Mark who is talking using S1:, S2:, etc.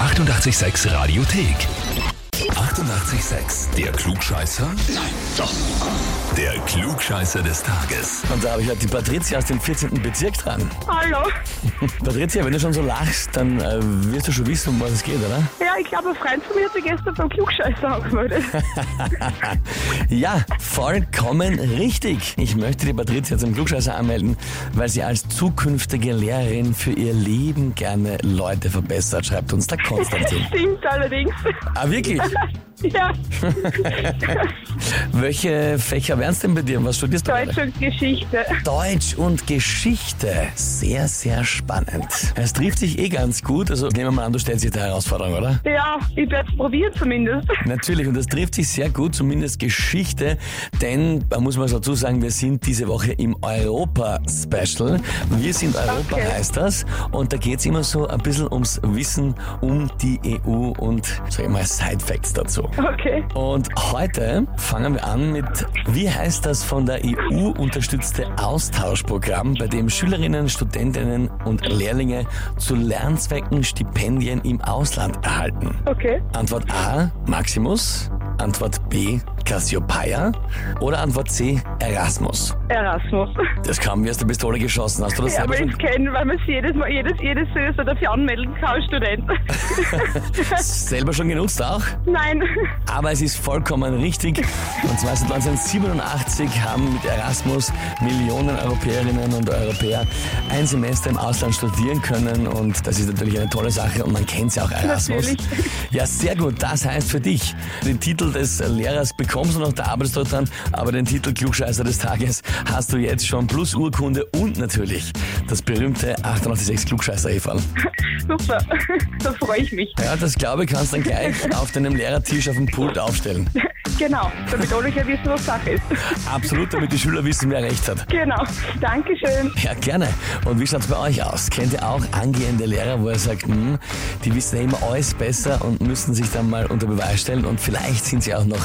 S1: 886 Radiothek. 88,6. Der Klugscheißer? Nein, doch. Der Klugscheißer des Tages.
S2: Und da habe ich halt die Patricia aus dem 14. Bezirk dran.
S3: Hallo.
S2: Patricia, wenn du schon so lachst, dann äh, wirst du schon wissen, um was es geht, oder?
S3: Ja, ich glaube, ein Freund von mir hat sich gestern beim Klugscheißer angemeldet.
S2: Ja, vollkommen richtig. Ich möchte die Patricia zum Klugscheißer anmelden, weil sie als zukünftige Lehrerin für ihr Leben gerne Leute verbessert, schreibt uns der Konstantin.
S3: Stimmt allerdings.
S2: Ah, wirklich?
S3: ja,
S2: Welche Fächer wären es denn bei dir? und Was studierst du gerade?
S3: Deutsch und Geschichte.
S2: Deutsch und Geschichte. Sehr, sehr spannend. Es trifft sich eh ganz gut. Also nehmen wir mal an, du stellst dich der Herausforderung, oder?
S3: Ja, ich werde es probieren zumindest.
S2: Natürlich, und das trifft sich sehr gut, zumindest Geschichte, denn da muss man so dazu sagen, wir sind diese Woche im Europa-Special. Wir sind Europa,
S3: Okay.
S2: heißt das. Und da geht's immer so ein bisschen ums Wissen um die EU und, sag ich mal, Side-Facts dazu.
S3: Okay.
S2: Und heute fangen wir an mit, wie heißt das von der EU unterstützte Austauschprogramm, bei dem Schülerinnen, Studentinnen und Lehrlinge zu Lernzwecken Stipendien im Ausland erhalten?
S3: Okay.
S2: Antwort A, Maximus. Antwort B, Cassiopeia. Oder Antwort C, Erasmus.
S3: Erasmus.
S2: Das kam mir aus der Pistole geschossen. Hast du das
S3: Ja,
S2: selber
S3: aber
S2: schon?
S3: ich kenne, weil man sich jedes Mal, jedes, jedes Semester dafür anmelden kann, als Student.
S2: Selber schon genutzt auch?
S3: Nein.
S2: Aber es ist vollkommen richtig. Und zwar seit 1987 haben mit Erasmus Millionen Europäerinnen und Europäer ein Semester im Ausland studieren können. Und das ist natürlich eine tolle Sache. Und man kennt ja auch Erasmus.
S3: Natürlich.
S2: Ja, sehr gut. Das heißt für dich, den Titel des Lehrers bekommst du noch, da arbeitest du dran. Aber den Titel Klugscheißer des Tages hast du jetzt schon. Plus Urkunde und natürlich das berühmte 886 klugscheißer -Eferl.
S3: Super. Da freue ich mich.
S2: Ja, das glaube ich, kannst dann gleich auf deinem Lehrertisch auf dem Pult aufstellen.
S3: Genau. Damit alle ja wissen, was Sache ist.
S2: Absolut, damit die Schüler wissen, wer recht hat.
S3: Genau. Dankeschön.
S2: Ja, gerne. Und wie schaut's bei euch aus? Kennt ihr auch angehende Lehrer, wo ihr sagt, hm, die wissen ja immer alles besser und müssen sich dann mal unter Beweis stellen und vielleicht sind sie auch noch